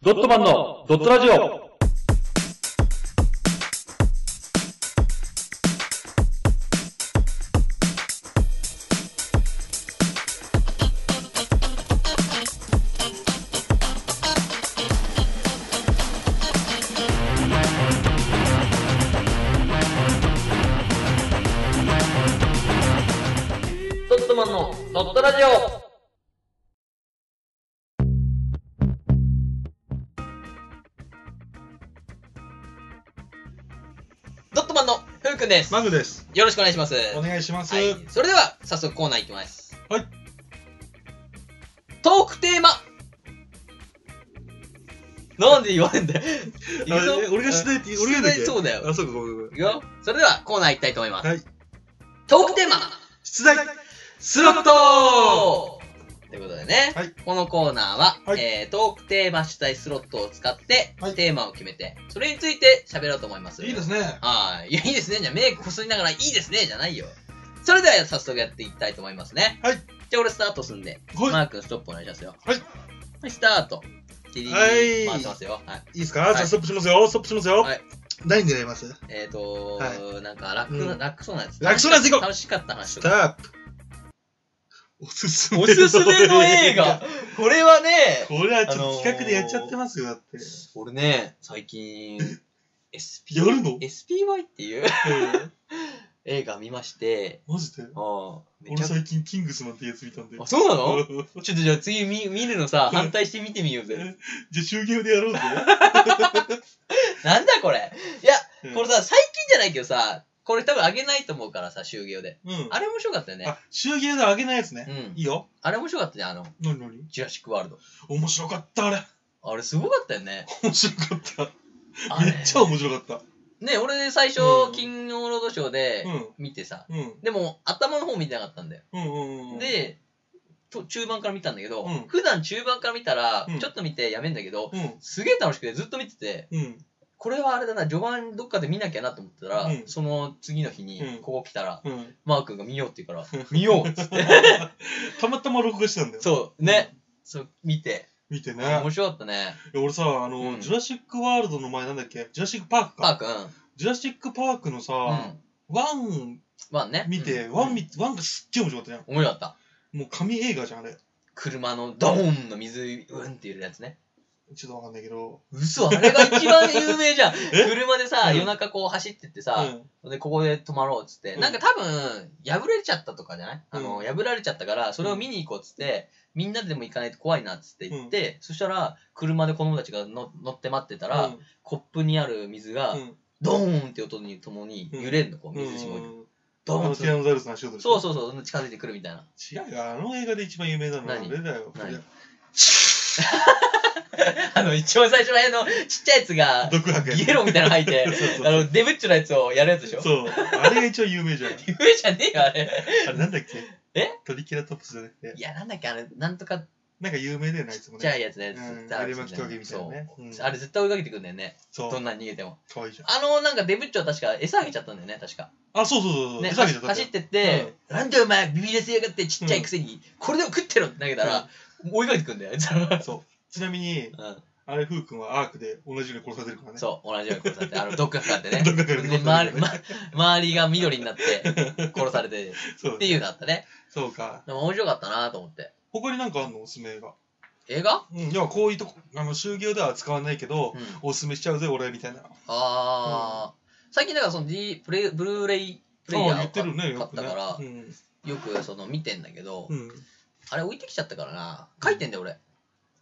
ドットマンのドットラジオドットマンのドットラジオドットマンのふうくんです。マグです。よろしくお願いします。お願いします。はい、それでは早速コーナーいきます。はい。トークテーマなんで言われん だよ。あえ俺がしないって、俺出が題そうだよあ、そうか、ごめんごめいんくよ。それではコーナーいきたいと思います。はい。トークテーマ出題スロットということでね、はいこのコーナーは、はいえートークテーマ主体スロットを使って、はいテーマを決めて、それについて喋ろうと思います。いいですね。ね。はい。いや、いいですね。じゃあ、メイクこすりながら、いいですね。じゃないよ。それでは、早速やっていきたいと思いますね。はいじゃあ、俺スタートすんで、はいマー君ストップお願いしますよ。はいはい。スタート。リリリはい回ってますよ。はい。いいですか、はいじゃあストップしますよ。ストップしますよ。はい何狙いますえーとー、はなんか楽うな、ん楽そうなやつ。楽そうなやつ行こう楽しかった話スとタか。ープ。おすすめおすすめの映画。これはね、これはちょっと企画でやっちゃってますよ、だ って。俺ね、最近、SP、やるの SPY っていううん映画見まして、マジであめ俺ちゃく最近、キングスマンってやつ見たんで。あ、そうなのうんちょっとじゃあ次見見るのさ、うん反対して見てみようぜ。 じゃあ、終業でや ろうぜ。なんだこれいや、うんこれさ、最近じゃないけどさ、これ多分あげないと思うからさ、終業で。うん。あれ面白かったよね。あ、終業であげないやつうね。んい。いよ。あれ面白かったね、あの、なになにジュラシックワールド。面白かった、あれ。あれすごかったよね。面白かった。あめれっちゃ面白かった。ね、俺ね最初う、ん金曜ロードショーでうん。見てさ、うん。でも頭の方見てなかったんだよ。うんうんうん。、でと中盤から見たんだけど、うん普段中盤から見たら、うんちょっと見てやめんだけどうん。すげえ楽しくてずっと見ててうん。これはあれだな序盤どっかで見なきゃなと思ったら、うんその次の日うにんここ来たら、うん。マー君が見ようって言うから 見ようっつってたまたま録画したんだよ。そうね、そう見て見てね。面白かったねいや俺さ、あの、うんジュラシックワールドの前なんだっけジュラシックパークか。マー君ジュラシックパークのさ、うんワンワンね見て、うんワン見、ワンがすっげえ面白かったじ面白かったゃん。もう神映画じゃん、あれ。車のドーンの水うんっていうやつねちょっとわかんないけど。嘘あれが一番有名じゃん え車でさうん夜中こう走ってってさ、うん。で、ここで泊まろうっつって、うんなんか多分、破れちゃったとかじゃない、あの、うん破られちゃったから、それを見に行こうっつって、みんなでも行かないと怖いなっつって言って、そしたら、車で子供たちがの乗って待ってたら、コップにある水が、うん、ドーンって音にともに揺れんの、こう、うん。水しもに。うんあドーンのっティラて。ノザウルスの足音でしそょうそうそう、近づいてくるみたいな。 違うよ、あの映画で一番有名なのはあ何れだよ。何いやあの、一番最初の辺のちっちゃいやつが、毒白、イエローみたいなの吐いて そうそうあの、デブッチョのやつをやるやつでし ょそう。あれが一番有名じゃん。有名じゃねえよ、あれ。あれなんだっけえトリケラトプスじゃなくて。いや、なんだっけ、あれ、なんとかなんか有名だよね、あちいつっもちゃね。いやつね。うん絶対あるやつ有馬記念日みたいなねそううんあれ絶対追いかけてくんだよね。そどう。んなに逃げても。かわいいじゃん。あの、なんかデブッチョは確か餌あげちゃったんだよね、確か。あ、そうそうそうそう。ね、ふざけち走ゃった走ってって、なんでお前ビビらせやがってちっちゃいくせに、これでも食ってろって投げたら、追いかけてくんだよ、あいつら。そう。ちなみに、うあれ、ふうくんはアークで同じように殺されてるからん、ね。 そう、同じように殺されて、あの、毒がかかってね。 毒がかかってで、周り、ま、周りが緑になって、殺されて、そうっていうのあったね。そうか。でも面白かったなと思って。他になんかあんのおすすめ映画。映画うん。いや、こういうとこ、あの、就業では使わないけどう、ん。おすすめしちゃうぜ、俺、みたいな。あー、最近だからその D プレイ、ブルーレイ、プレイあヤあ、言ーをって買るね、買よっくたねから。、うん。よくその見てんだけど、うん。あれ置いてきちゃったからな書いてんだよ俺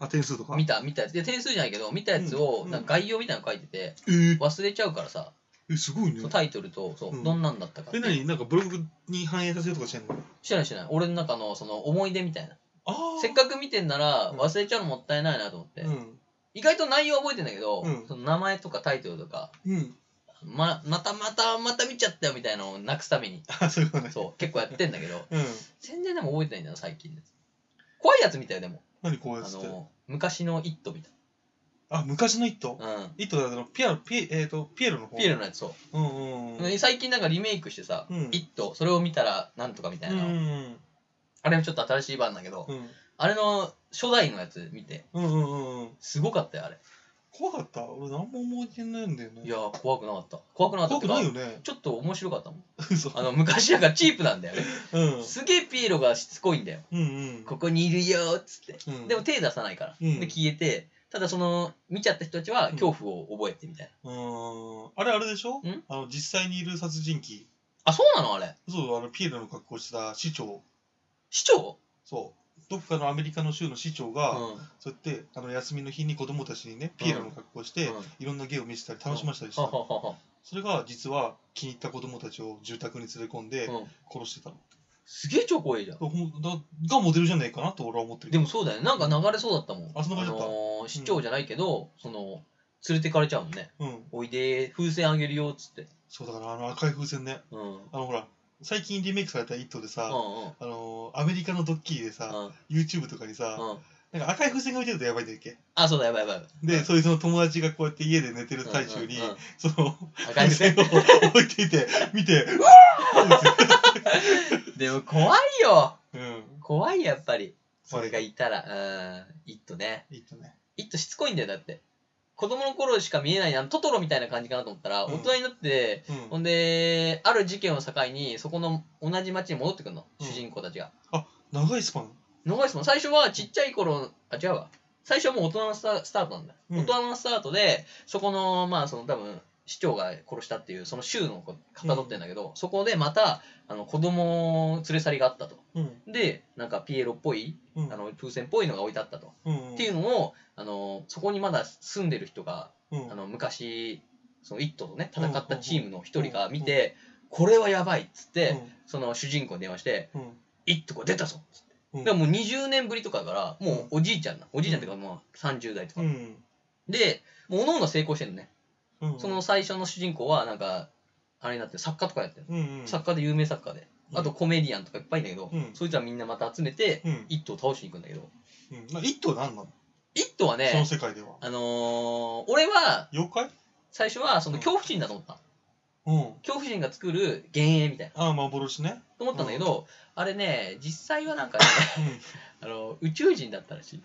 あ、点数とか。見た見たやつで点数じゃないけど見たやつを、うんなんか概要みたいなの書いててえー忘れちゃうからさ、え、すごいねそう。タイトルとそう、うんどんなんだったかってえ、なになんかブログに反映させようとかしてんのしてないしてない俺の中のその思い出みたいなああ。せっかく見てんならうん忘れちゃうのもったいないなと思って、うん。意外と内容覚えてんだけど、うんその名前とかタイトルとかうん。 ままたまたまた見ちゃったよみたいなのをなくすた めにあ、そういうことね。そう結構やってんだけどうん。全然でも覚えてないんだよ最近のやつ怖いやつ見たよでも何こうあやつって。の昔の「イット!」みたいあ、昔のイットな、うん、イットだったの、ピアロ、ピエ、えっと、ピエロの方。ピエロのやつそうロ。うんうんうん。最近なんかリメイクしてさ「うんイット!」それを見たらなんとかみたいな、うんあれもちょっと新しい版だけど、うんうん。あれの初代のやつ見て、うんうんうんうん。すごかったよ、あれ。怖かった俺何も思い出ないんだよね。いやー、怖くなかった。怖くなかった怖ってくかないよね。 ちょっと面白かったもん。嘘。あの、昔だからチープなんだよね。うん。すげえピエロがしつこいんだよ。うんうん。ここにいるよーっつって。うんでも、手出さないから。うんで、消えて、ただその、見ちゃった人たちは恐怖を覚えてみたいな。うん。あれあれでしょんあの、実際にいる殺人鬼。あ、そうなのあれ。そう、あの、ピエロの格好した市長。市長そう。どっかのアメリカの州の市長うん。が、そうやって、あの、休みの日に子供たちにね、ピエロの格好して、うんいろんな芸を見せたり、楽しませたりしたはの。ははは。それが、実は、気に入った子供たちを住宅に連れ込んで、うん。殺してたの。すげえ超怖いじゃん。ほんだがモデルじゃないかなと俺は思ってるけでど。もそうだよね。なんか流れそうだったもん。あそんな感じだったあのー市長じゃないけど、その、連れてかれちゃうもんね。うん。おいでー、風船あげるよっつって。そうだから、あの、赤い風船ね。うん。うんうん。あの、ほら、最近リメイクされた「イット!」でうさ、んあのーアメリカのドッキリでさ、YouTube とかにさ、うん。なんか赤い風船が浮いてるとやばいんだっけあ、そうだ、やばいやばいやばい。で、それでその友達がこうやって家で寝てるうん、最中に、うんうんその赤い風風 船船を置いていて、見て、うわーでも怖いようん。怖いやっぱりそれがいいたらうん「イット!」ねいとね。 「イット!」しつこいんだよだって子供の頃しか見えないあのトトロみたいな感じかなと思ったら、うん大人になってうんほんである事件を境にそこの同じ町に戻ってくるの、うん主人公たちが長いスパン。逃すもん最初はちっちゃい頃あ違うわ最初はもう大人のスタスタートなんだ、うん大人のスタートでそこのまあその多分市長が殺したっていうその州の子かたどってんだけど、そこでまたあの子供連れ去りがあったとうん。でなんかピエロっぽいうん。あの風船っぽいのが置いてあったと、うん、っていううのをあのそこにまだ住んでる人が、ん。あうんの昔その「イット!」とね戦ったチームの一人が見て、これはやばいっつって、その主人公に電話してうん。うん「イット!」が出たぞっつって、うんでもう20年ぶりとかだからもうおじいちゃんなおじいちゃんっていうかもう30代とか、うん。でもうおの成功してるのね、うん。その、最初の主人公はなんかあれになって作家とかやってる、うん。作家で有名作家であと、コメディアンとかいっぱいいるんだけど、うんそいつはみんなまた集めて、うん。イットを倒しに行くんだけど、うん。な一頭なんなのイットはね、その世界では。あのー俺は妖怪最初はその恐怖心だと思った、うん。恐怖心が作る幻影みたいなああ、幻ね。と思ったんだけど、あれね実際はなんかねうん。あの宇宙人だったらしい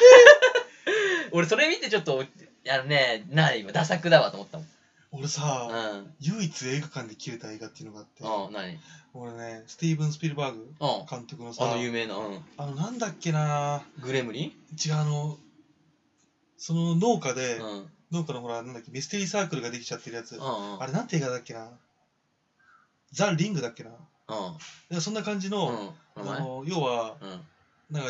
俺それ見てちょっとあのねな今ダサ作だわと思ったもん 俺さ、うん唯一映画館で切れた映画っていうのがあって、うん何うん俺ねスティーブン・スピルバーグあ監督のさの有名な、うん、あのなんだっけなグレムリ違うあのその農家で、ンうんうん農家のほらなんだっけミステリーサークルができちゃってるやつ、うんうんあれなんて映画だっけなザ・リングだっけななんかそんな感じうの,、ん名あ前の要はうんはなんか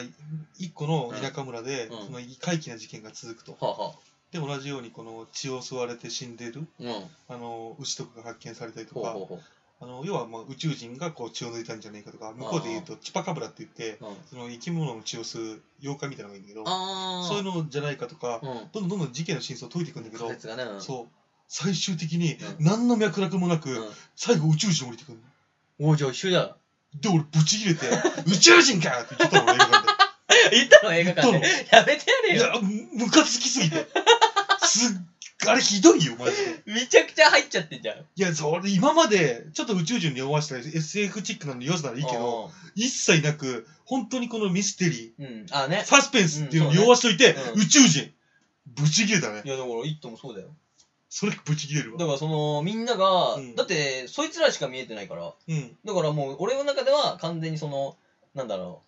一個の田舎村で、うんその怪奇な事件が続くとあはあで同じようにこの血を吸われて死んでるうんほあの牛とかが発見されたりうとかほうほあの要はまあ宇宙人がこう血を抜いたんじゃないかとか向こうで言うとチュパカブラって言ってう、うん、その生き物の血を吸う妖怪みたいなのがいいんだけどああそういうのじゃないかとかうんどんどんどんどん事件の真相を解いていくんだけど仮、説がねうんそう最終的にう何の脈絡もなく、うん最後宇宙人降りてくるのおうじゃあ一緒だ。で俺ブチ切れて「宇宙人か!」って言ってたの俺映画館行ったの映画館行っで。やめてでやいれよ。やむムカつきすぎてすっあれひどいよマジでめちゃくちゃ入っちゃってんじゃん。いいやそれ今までちょっと宇宙人に弱したり SF チックなのに弱すならいいけど。一切なく本当にこのミステリーうん。あね。サスペンスっていうのを弱しといて、うん宇宙人ブチ切れたねいやだから、イットもそうだよ。それブチ切れるわだからその、みんなが、うんだって、そいつらしか見えてないから、うんだからもう、俺の中では完全にその、なんだろ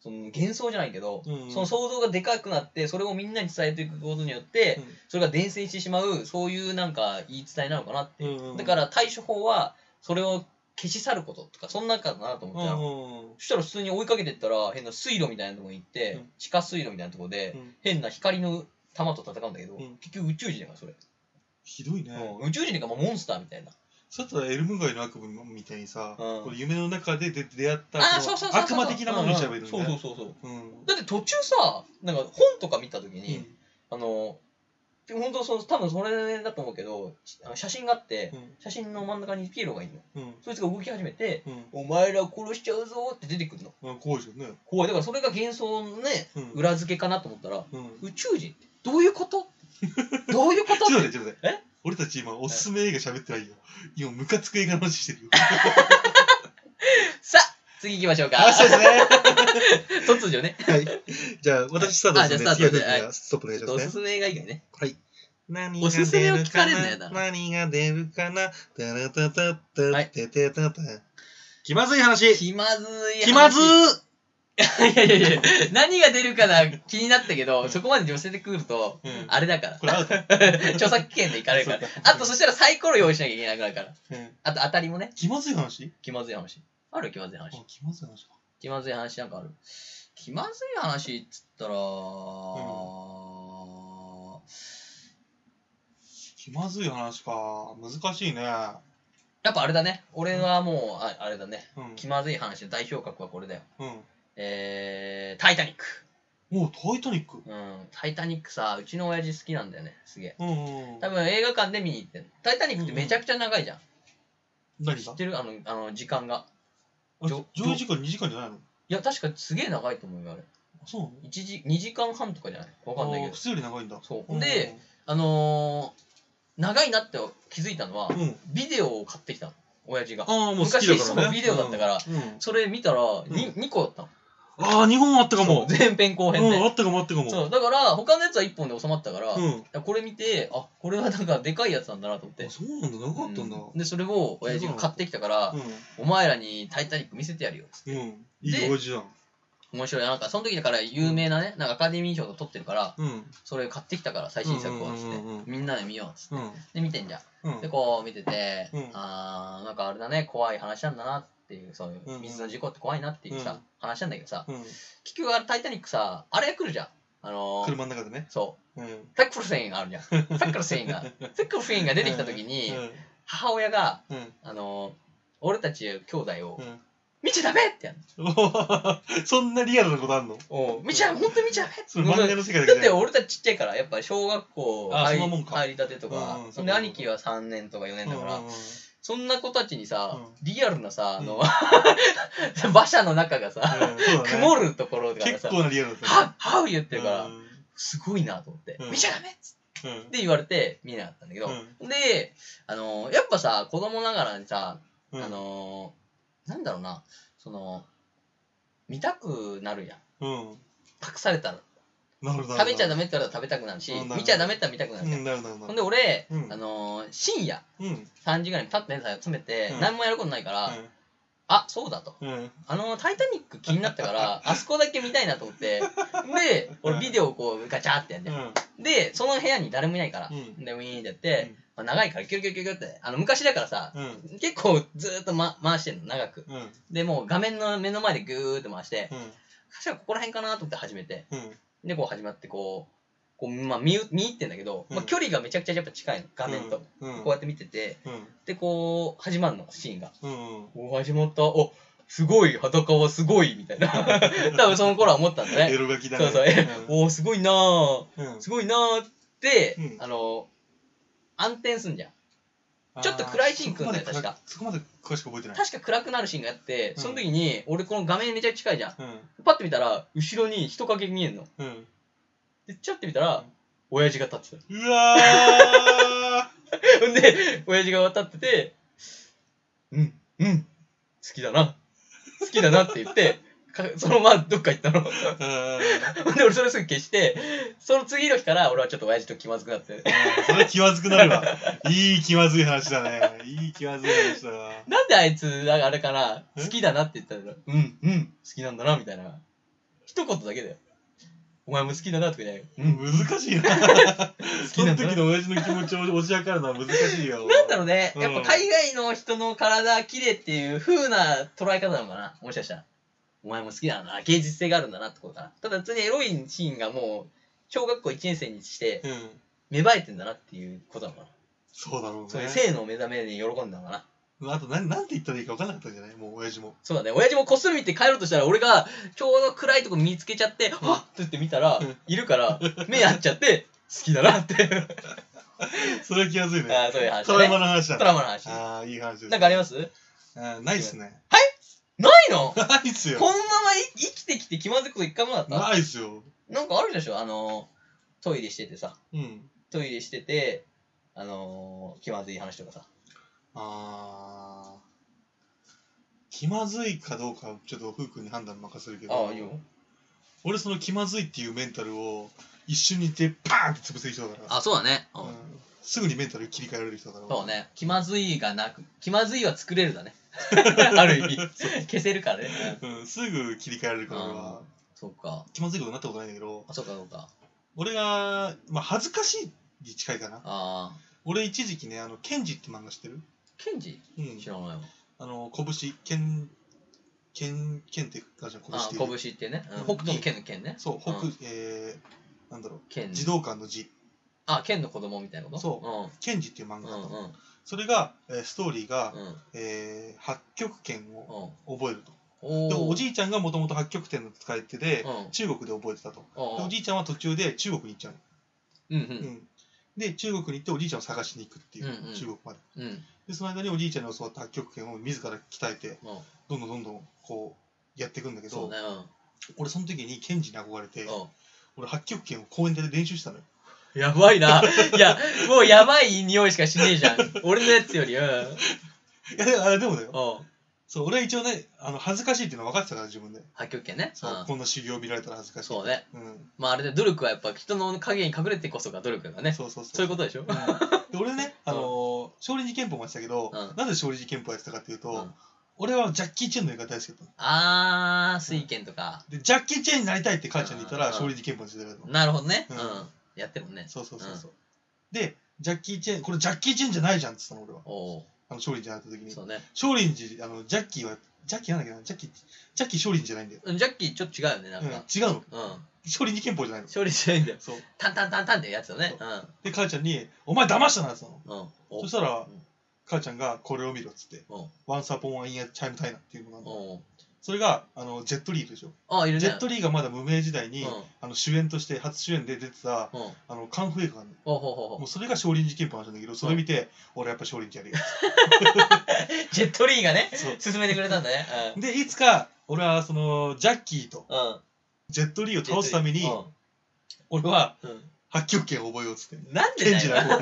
う、その幻想じゃないけど、うんその想像がでかくなって、それをみんなに伝えていくことによって、うんそれが伝染してしまう、そういうなんか言い伝えなのかなって。うんだからら対処法は、それを消し去ることとか、そんなんかなと思うっちゃう。んうんそしたら普通に追いかけてったら変な水路みたいなとこに行って、うん地下水路みたいなとこで、うん変な光の弾と戦うんだけど、うん結局宇宙人だからそれ、ひどいねうん宇宙人がもうモンスターみたいなそうだったらエルム街の悪夢みたいにさうんこれ夢の中で出出会ったああこそうそうのそう悪そう魔的なものにしちゃえばいいのうんそうねそうそうそううんだって途中さなんか本とか見た時に、あの本当そう多分それだと思うけどあの写真があって、うん写真の真ん中にピエロがいるのうんそいつが動き始めてうん「お前ら殺しちゃうぞ」って出てくるのうん怖いじゃんね怖いだからそれが幻想のねうん裏付けかなと思ったらうん宇宙人ってどういうことどういうことちょっと待ってちょっと待ってえ俺たち今おすすめ映画喋ってないよ今ムカつく映画の話してるよさ次行きましょうか。話ですね。突如ね。はい。じゃあ、私スタートであじすね。ゃあスタートで次はふうくんがストップお願いちょしっとまおすすすね。め映画以外ね。何おすすめを聞かれるのやだな何が出るかなタラタタはタいテテタタ気まずい話気まずい話。気まずいー いやいやいや、何が出るかな気になったけど、そこまで寄せてくると、うんあれだから。これアウト。著作権でいかれるからそうか。あと、そしたらサイコロ用意しなきゃいけなくなるから。うんあと、当たりもね。気まずい話気まずい話。ある気まずいあ話。気まずい話か。気まずい話なんかある気まずい話っつったら、気まずい話か。難しいね。やっぱあれだね。俺はもう、ああれだね。うん。気まずい話の代表格はこれだよ。うん。えー、タイタニック。おう、タイタニック。うん、タイタニックさ、うちの親父好きなんだよね、すげえ。うんうんうん。多分映画館で見に行ってんの。タイタニックってめちゃくちゃ長いじゃん。何知がってるあの、あの、時間が。あじょ上映時間2時間じゃないのいや、確かすげえ長いと思うよ、あれ。あそうなの1時、2時間半とかじゃないわかんないけあーど普。通より長いんだ。そう。で、、あのー、長いなって気づいたのはう、ん。ビデオを買ってきたの、親父が。ああ、もう好きだからね。昔そうビデオだったからうん。うんそれ見たら、に 2, 個だったの。ああ、2本あったかも。前編後編うん、あで。ったかもあったかも。そう、だから、他のやつは1本で収まったから、うん。これ見て、あ、これはなんかでかいやつなんだなと思ってあ、。そうなんだ、長かったんだ。うんでそれを親父が買ってきたからう「お前らに「タイタニック」見せてやるよん。うん。いいおじじゃん。面白いななんかその時だから有名なねなんかアカデミー賞と取ってるからうん。それ買ってきたから最新作をうんつうんってうんうんみんなで見ようっつってうん。で見てんじゃうんでん。こう見ててうんあーなんかあれだね怖い話なんだなっていうそういうんううん水の事故って怖いなっていううさん話なんだけどさうん。結局あれ「タイタニック」さあれ来るじゃんあのー車の中でね。そううん。タックルシーンがあ るじゃんタックルシーンがタックルシーンが出てきた時にうん。母親がうん。あのー俺たち兄弟をうん 見ちゃダメってやるおーそんなリアルなことあんのお見ちゃ、本当見ちゃうそれ漫画の世 界だっだけてで。俺たちちっちゃいから、やっぱ小学校あ入りそんなもんか入りたてとかうんう、んそんでそうか兄貴は3年とか4年だから、うんうんうんそんな子たちにさ、うリアルなさ、あうの、 馬車の中がさ、うんそうだね曇るところから結さ、構なリアルだったは、ね。はう言ってるから、うんすごいなと思って、うん見ちゃダメっつうんって言われて見えなかったんだけど、で、あの、やっぱさ、子供ながらにさ、うん。あの、なんだろうな、その、見たくなるやん。うん。託されたら。なるほど。食べちゃダメ。メって言われたら食べたくなるしうんなるほど見ちゃダメって言ったら見たくなうるじゃん、ん、なるほど。なほんるで俺、うんあのー深夜ほどうん。 3時ぐらいにパッと連載を詰めて、うん何もやることないから、あそうだとうん。あのータイタニック」気になったから あそこだけ見たいなと思ってで俺ビデオをこうガチャってやんうで、ん。でその部屋に誰もいないからう、ん。でウィーンってやって、まあ、長いからキュルキュルキュルキュルってあの昔だからさ、うん。結構ずーっと、ま、回してんの長くうん。でもう画面の目の前でぐーって回して、うん。そしたらここら辺かなと思って始めてうん。で、こう始まって、こう、こうまあ、見う見入ってんだけど、うんまあ、距離がめちゃくちゃやっぱ近いの、画面と。うん。こうやって見てて、で、こう、始まるの、シーンが。うん。うん。お、始まった。お、すごい、裸はすごい、みた いな。多分その頃は思ったんだエね。ロ書きだそね。うそう。お、すごいなぁ。うんうんすごいなぁって、うんあの、暗転すんじゃん。ちょっと暗いシーン来るんだよあーそこまで確かそこまで詳しく覚えてない。確か暗くなるシーンがあって、うんその時に、俺この画面めちゃくちゃ近いじゃん。うん。パッて見たら、後ろに人影見えんの。うん。で、ちょって見たら、親父が立ってた。うわーほんで、親父が渡ってて、うん、うん、好きだな。好きだなって言って、かそのままどっか行ったの。ほうんん で、俺それすぐ消して、その次の日から俺はちょっと親父と気まずくなって。それ気まずくなるわ。いい気まずい話だね。いい気まずい話だわ。なんであいつ、なんかあれかな、え好きだなって言ったら、うん、うん、好きなんだな、みたいな。一言だけだよ。お前も好きだなとかじゃないよ。うん、難しいな。好きそなのんだ時な。の親父の気持ちを押し分かるのは難しいよ。なんだろうね、うんやっぱ海外の人の体綺麗っていう風な捉え方なのかな、もしかしたら。お前も好きだな、芸術性があるんだなってことかな。ただ、普通にエロいシーンがもう、小学校1年生にして、うん。芽生えてんだなっていうことなのかな。そうだろうそういうね。性の目覚めに喜んだのかな。あと、なんなんて言ったらいいか分からなかったんじゃないもう親父も。 そうだね、親父もこっそり見て帰ろうとしたら、俺がちょうど暗いとこ見つけちゃって、はっって言って見たらうん、いる から、目合っちゃって、好きだなって。それは気まずいね。あーそういう話トだラウマね。の話だトラウマの話。なああ、いい話です。んかありまますすないっすね。 ないのないっすよこ。のままい生きてきて気まずいこと一回もなかったないっすよ。なんかあるでしょあのー、トイレしててさ、うん。トイレしてて、あのー、気まずい話とかさ。あ気まずいかどうか、ちょっと、ふうくんに判断任せるけど、ああ、いいよ。俺、その気まずいっていうメンタルを、一瞬にて、パーンって潰せる人だから、あ、そうだね。うんうんすぐにメンタル切り替えられる人だから、そうね。気まずいがなく、気まずいは作れるだね。 ある 意味。消せるからね。うんうん、すぐ切り替えられるから俺はあ、そうか。気まずいことになったことないんだけど、あ、そうか、そうか。俺が、まあ、恥ずかしいに近いかな。ああ。俺、一時期ね、あの、ケンジって漫画知ってるケンジうん知。らないわ。あの、拳、剣、剣、剣って感じの拳あっあ、ていう。拳ってね。うんうん北斗の剣の剣ね。そう、う北ん、えー、なんだろう、剣。児童館の字、あ、剣の子供みたいなことそケンジっていう漫うん。う画んうだっんたうのんそれが、えーストーリーが、うんえー、八極拳をお覚えると。でおおーじいちゃんがもともと八極拳の使い手で、うん中国で覚えてたと。おでおーじいちゃんは途中で中国に行っちゃううんうの、うんんで、中国に行っておじいちゃんを探しに行くっていう、うんうん中国まで。うんで、その間におじいちゃんに教わった八極拳を自ら鍛えて、うんどんどんどんどんこう、やっていくんだけそど、うね俺その時にケンジに憧れて、うんうん俺八極拳を公園で練習した のよ。やばい ないやもうやばい匂いしかしねえじゃん俺のやつよりうんうんいやでもあれでもだよ。そう、俺は一応ね、あの恥ずかしいっていうのは分かってたから、自分で。破局権ねそう、こんな修行見られたら恥ずかうんしい。そうねうん。まああれで努力はやっぱ人の影に隠れてこそが努力だねそうそうそう。そういうことでしょうんで俺ね、あのー、少林寺拳法もやってたけど、うんなぜ少林寺拳法やってたかっていうと、うん俺はジャッキー・チェンの映画大好きだったのあー水拳とかで、ジャッキー・チェンになりたいって母ちゃんに言ったうら、ん少林寺拳法にしてたの。なるほどねううんんやってもねそうそうそうそう。で、ジャッキー・チェン、これジャッキー・チェンじゃないじゃんって言ったの、俺は。おおあの少林寺になった時に。そうね少林寺、あの、ジャッキーは、ジャッキーなんだっけど、ジャッキー、ジャッキー少林寺じゃないんだよ。うんジャッキーちょっと違うよねなんうん、か違うの。うん少林寺拳法じゃないの。勝利しないんだよそう。タンタンタンタンってやつだねで、母ちゃんに、お前騙したなって言ったの。うんうんおそしたらん、母ちゃんがこれを見ろっつって、うんワンサポン・アイン・チャイム・タイナっていうのがあるのおそれがあのジェットリーでしょ。あいるねジェットリーがまだ無名時代に、うんあの主演として、初主演で出てたうんあのカンフー映画があるほうほうほうの。ほもううそれが少林寺拳法なんだけど、それ見て、俺やっぱ少林寺やるよ。ジェットリーがねそう勧めてくれたんだねで、いつか俺はそのジャッキーとうんうんジェットリーを倒すために、う俺はんうん八極拳を覚えようっつって。なんでケンだジよだよ。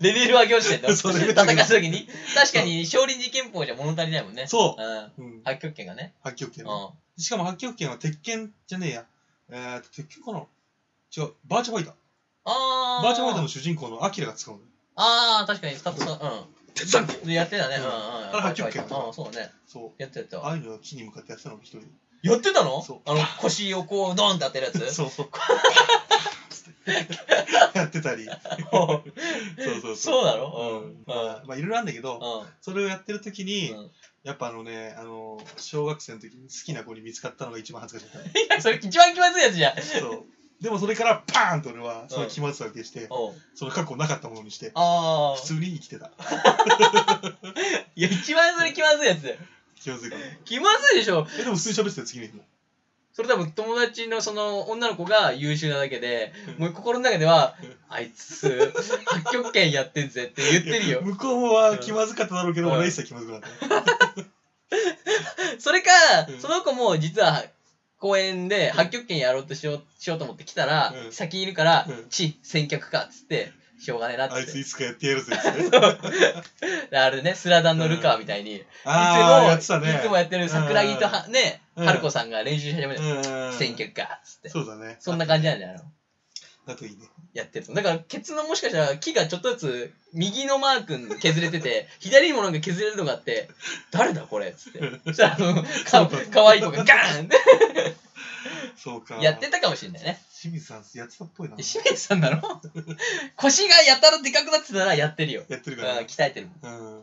レベル上げをしてんだ 戦そううレベル上時げに確かに少林寺拳法じゃ物足りないもんね、そん、う う。うん、八極拳がね八極う拳んね、しかも八極拳は鉄拳じゃねえや。えーと、鉄拳かな違う、バーチャファイター。あーバーチャファイターの主人公のアキラが使うの。あー確かに二つう鉄山んやってたねううんんうんれ八極拳うんそうねそう。やってたあやってあいうのを木に向かってやってたの、一人で。たやってたのそうあの腰をこうドンって当てるや つ そうそう。 やってたり。 そうそう。そううだうろんまあ、まあ、いろいろあるんだけど、それをやってる時に、うんやっぱあのね、あの、小学生の時に好きな子に見つかったのが一番恥ずかしかっい やそれ一番気まずいやつじゃんた。 そう。でもそれからパーンと俺は、その気まずさを消して、おうその過去なかったものにして、あ普あ通に生きてた。いや一番それ気まずいやつ気まずいから。気まずいでしょえ、でも普通に喋ってたよ、次の日も。それ多分友達のその女の子が優秀なだけでうんもう心の中では「あいつ八極拳やってんぜ」って言ってるよいや向こうは気まずかっただろうけど、うん俺は一切気まずくなかった。それかうんその子も実は公園で八極拳やろうとしようしようと思って来たらうん先にいるからうん「ち先客か」っつってしょうがねえなっあいつっつていつかやってやるぜっつって。 で あれねスラダンのルカワみたいにいああ、やってつたもね。いつもやってる桜木とはねうん春子さんが練習し始めたうん。選挙かっつって。そうだね。そんな感じなんだよ、だといいね。やってると。だから、ケツのもしかしたら木がちょっとずつ右のマークに削れて て、左にもなんか削れるのがあって、誰だこれっつって。そしたら、あのかそうそうかわいい子がガーンっそうか。てやってたかもしれないね。清水さん、やってたっぽいな。清水さんだろ腰がやたらでかくなってたらやってるよ。やってるうんからね。鍛えてるもん。うん。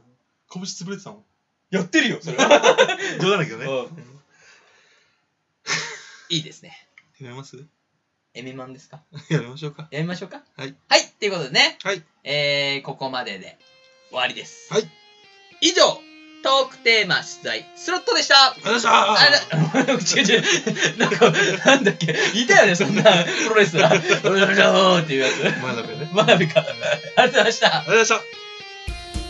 拳潰れてたもん。やってるよ、それは。 冗談だけどね。うんいいですね。やめます エミマンですかやめましょうか。やめましょうか。はい。はい、っていうことでね。はい。えー、ここまでで終わりです。はい。以上、トークテーマ出題、スロットでした。ありがとうございましたあれ 違う違う。なんか、なんだっけ。いたよね、そんなプロレスラ ー。うらららーっていうやつ。前だべね。真鍋か。ありがとうございました。ありがとうございました。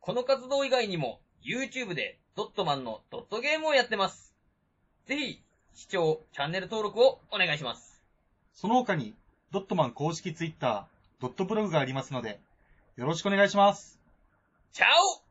この活動以外にも、YouTube でドットマンのドットゲームをやってます。ぜひ、視聴、チャンネル登録をお願いします。その他に、ドットマン公式ツイッター、ドットブログがありますので、よろしくお願いします。チャオ